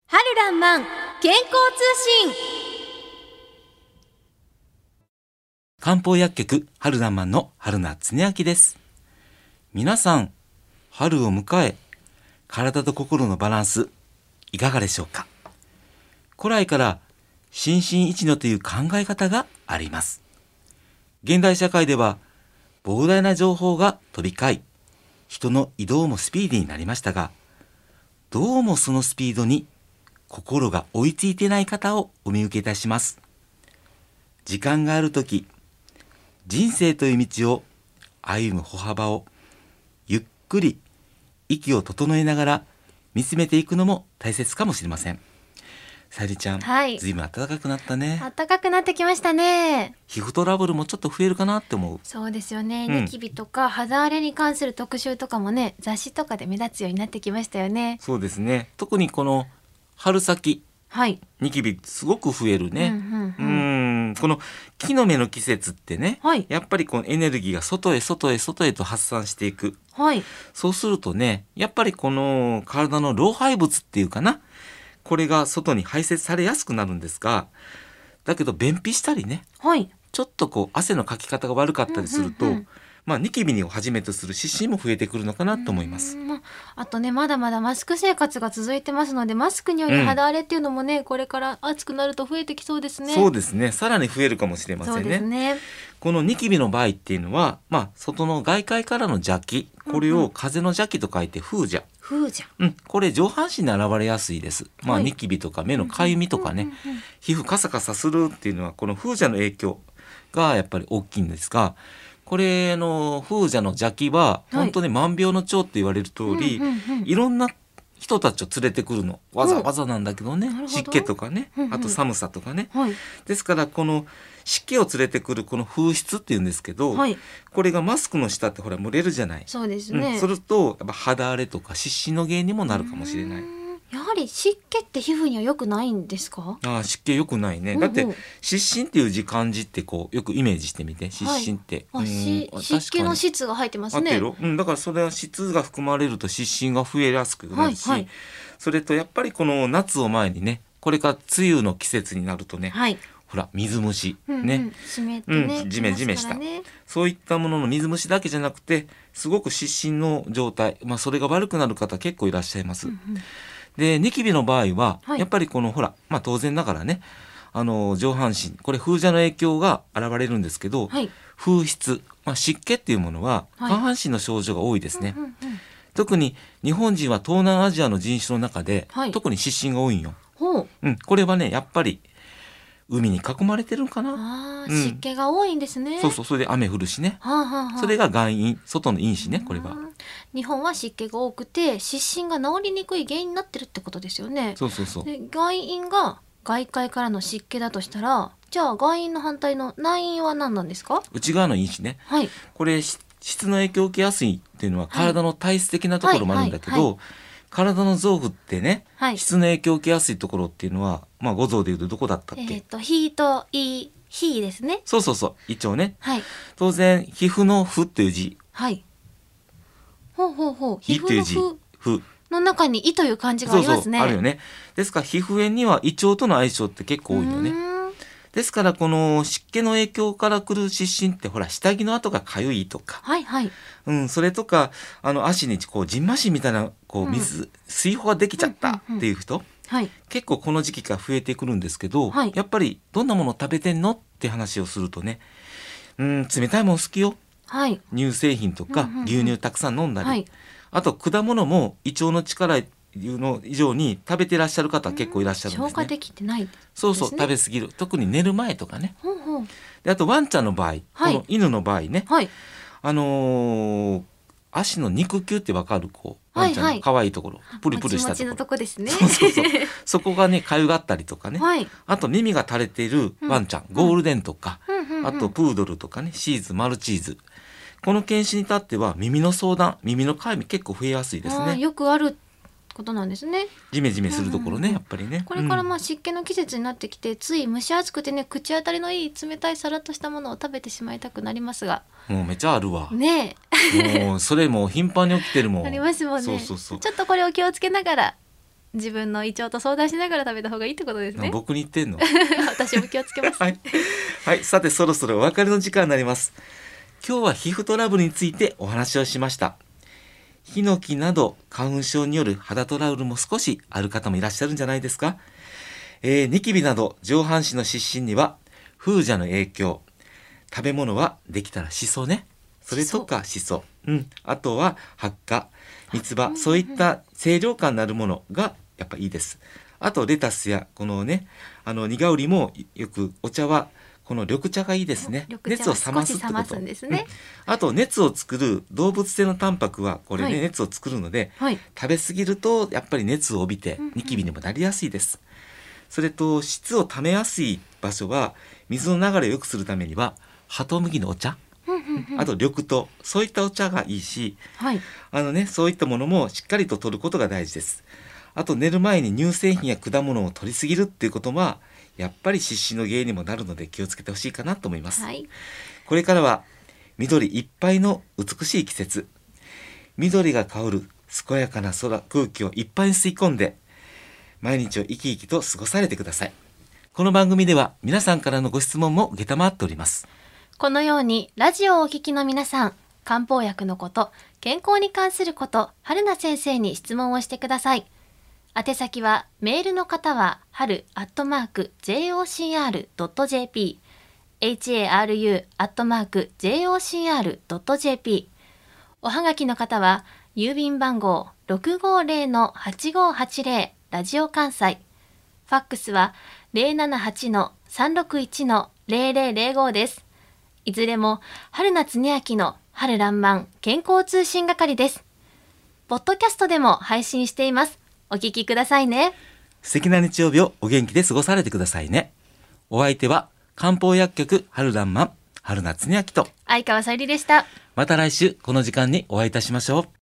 るらんまん健康通信漢方薬局春ラマンの春名恒明です皆さん春を迎え体と心のバランスいかがでしょうか古来から心身一如という考え方があります現代社会では膨大な情報が飛び交い人の移動もスピーディーになりましたがどうもそのスピードに心が追いついてない方をお見受けいたします時間がある時人生という道を歩む歩幅をゆっくり息を整えながら見つめていくのも大切かもしれませんさゆりちゃん、はいずいぶん暖かくなったね暖かくなってきましたね皮膚トラブルもちょっと増えるかなって思うそうですよね、うニんキビとか肌荒れに関する特集とかもね雑誌とかで目立つようになってきましたよねそうですね特にこの春先はいニキビすごく増えるうね、うんんうんうんこの木の芽の季節ってね、はいやっぱりこのエネルギーが外へ外へ外へと発散していくはいそうするとねやっぱりこの体の老廃物っていうかなこれが外に排泄されやすくなるんですがだけど便秘したりねはいちょっとこう汗のかき方が悪かったりすると、うんうんうんまあニキビにをはじめとする湿疹も増えてくるのかなと思います。うんあとねまだまだマスク生活が続いてますのでマスクによる肌荒れっていうのもね、これから暑くなると増えてきそうですねそうですねさらに増えるかもしれませそうんでねすねこのニキビの場合っていうのは、まあ、外の外界からの邪気これを風の邪気と書いて風邪、風邪うん、これ上半身に現れやすいです。まあ、はいニキビとか目のかゆみとかね、皮膚カサカサするっていうのはこの風邪の影響がやっぱり大きいんですが、これあの風邪の邪気ははい本当に万病の長って言われる通り、うんうんうんいろんな人たちを連れてくるのわざわざなんだけどね、なるほど湿気とかねうんうんあと寒さとかね、はいですからこの湿気を連れてくるこの風湿っていうんですけど、はいこれがマスクの下ってほら蒸れるじゃない、そうですうね、。ん、するとやっぱ肌荒れとか湿疹の原因にもなるかもしれないうんやはり湿気って皮膚には良くないんですかああ湿気良くないね。うんうだんって湿疹っていう字漢字ってこうよくイメージしてみて湿疹って。あしうん湿気の確かに質が入ってます合ってねるようん、だからそれは質が含まれると湿疹が増えやすくなるし、はいはいそれとやっぱりこの夏を前にねこれから梅雨の季節になるとね、はい、ほら水虫、うんうん、ね湿ってね、うんジメジメしたきますからねそういったものの水虫だけじゃなくてすごく湿疹の状態、まあ、それが悪くなる方結構いらっしゃいます。うんうんでニキビの場合は、はいやっぱりこのほら、まあ、当然ながらねあの上半身これ風邪の影響が現れるんですけど、はい風湿、まあ、湿気っていうものは下はい半身の症状が多いですね、うんうんうん特に日本人は東南アジアの人種の中で、はい特に湿疹が多いんよ、ほううん、これはねやっぱり海に囲まれてるんかな、あーうん湿気が多いんですね、そうそうそれで雨降るしねはあはあはあそれが外因外の因子ねこれは、うん日本は湿気が多くて湿疹が治りにくい原因になってるってことですよねそうそうそうで外因が外界からの湿気だとしたらじゃあ外因の反対の内因は何なんですか内側の因子ねはいこれし質の影響を受けやすいっていうのは体の体質的なところもあるんだけはいはいはど体の臓腑ってね、はい質の影響を受けやすいところっていうのは、まあ、五臓でいうとどこだったっえけ、っ、とヒートイーヒーですねそうそうそう胃腸ねはい当然皮膚の「膚」っていう字はいほうほうほう「皮胃」って膚いのう字膚「膚」の中に「い」という漢字があそうりまそすうねあるよねですから皮膚炎には胃腸との相性って結構多いのようねーんですからこの湿気の影響からくる湿疹ってほら下着の跡がかゆいとか、はいはいうん、それとかあの足にこうじんましんみたいなこううん水、水泡ができちゃったっていう人、はい結構この時期から増えてくるんですけど、はいやっぱりどんなもの食べてんのって話をするとねうん冷たいもん好きよはい乳製品とうかんうんうん牛乳たくさん飲んだり、はいあと果物も胃腸の力の以上に食べてらっしゃる方は結構いらっしゃるんで消す化ね。できてないそうそう、ですね食べ過ぎる特に寝る前とかねほうほうであとワンちゃんの場合、この犬の場合ねはいあのー足の肉球ってわかるこうワンちゃはんいはいの可愛いところ、プリプリしたもちもちのととここですねろ そうそうそうそこがねかゆがったりとか ね、はいあと耳が垂れているワンちゃん、うんゴールデンとか、うんうんうんあとプードルとかねシーズマルチーズこの犬種に至っては耳の相談耳のかゆみ結構増えやすいですあーねよくあることなんですねジメジメするとこうんうろね、んうんやっぱりねこれからまうんあ湿気の季節になってきて、つい蒸し暑くてね口当たりのいい冷たいさらっとしたものを食べてしまいたくなりますがもうめちゃあ るわ、ねもうそれもう頻繁に起きてるもえんありますもんねそうそうそうちょっとこれを気をつけながら自分の胃腸と相談しながら食べた方がいいってことですね。僕に言ってんの 私も気をつけます。はい、はい、さてそろそろお別れの時間になります今日は皮膚トラブルについてお話をしましたヒノキなど花粉症による肌トラブルも少しある方もいらっしゃるんじゃないですか、えーニキビなど上半身の湿疹には風邪の影響食べ物はできたらシソねそれとかシソうんあとは発火三つ葉そういった清涼感のあるものがやっぱいいですあとレタスやこのねあの苦織りもよくお茶はこの緑茶がいいですね緑熱茶をは少冷ますしって冷こまとすんですね。あと熱を作る動物性のタンパクはこれね、はい熱を作るのではい。食べ過ぎるとやっぱり熱を帯びてうんうんニキビにもなりやすいです。それと質をためやすい場所は水の流れを良くするためにはハトムギのお茶、あと緑豆そういったお茶がいいしはい。あのねそういったものもしっかりと摂ることが大事です。あと寝る前に乳製品や果物を摂りすぎるっていうことはやっぱり湿疹の原因にもなるので気をつけてほしいかなと思います。はい。これからは緑いっぱいの美しい季節緑が香る健やかな空空気をいっぱい吸い込んで毎日を生き生きと過ごされてくださいこの番組では皆さんからのご質問も下まっておりますこのようにラジオをお聞きの皆さん、漢方薬のこと、健康に関すること、春名先生に質問をしてください。宛先はメールの方は春アットマーク jocr.jp haru アットマーク jocr.jp おはがきの方は郵便番号650-8580ラジオ関西ファックスは078-361-0005です。いずれも春夏に秋の春らんまん健康通信係です。ポッドキャストでも配信しています。お聞きくださいね。素敵な日曜日をお元気で過ごされてくださいねお相手は漢方薬局春らんまん春夏に秋と相川さゆりでした。また来週この時間にお会いいたしましょう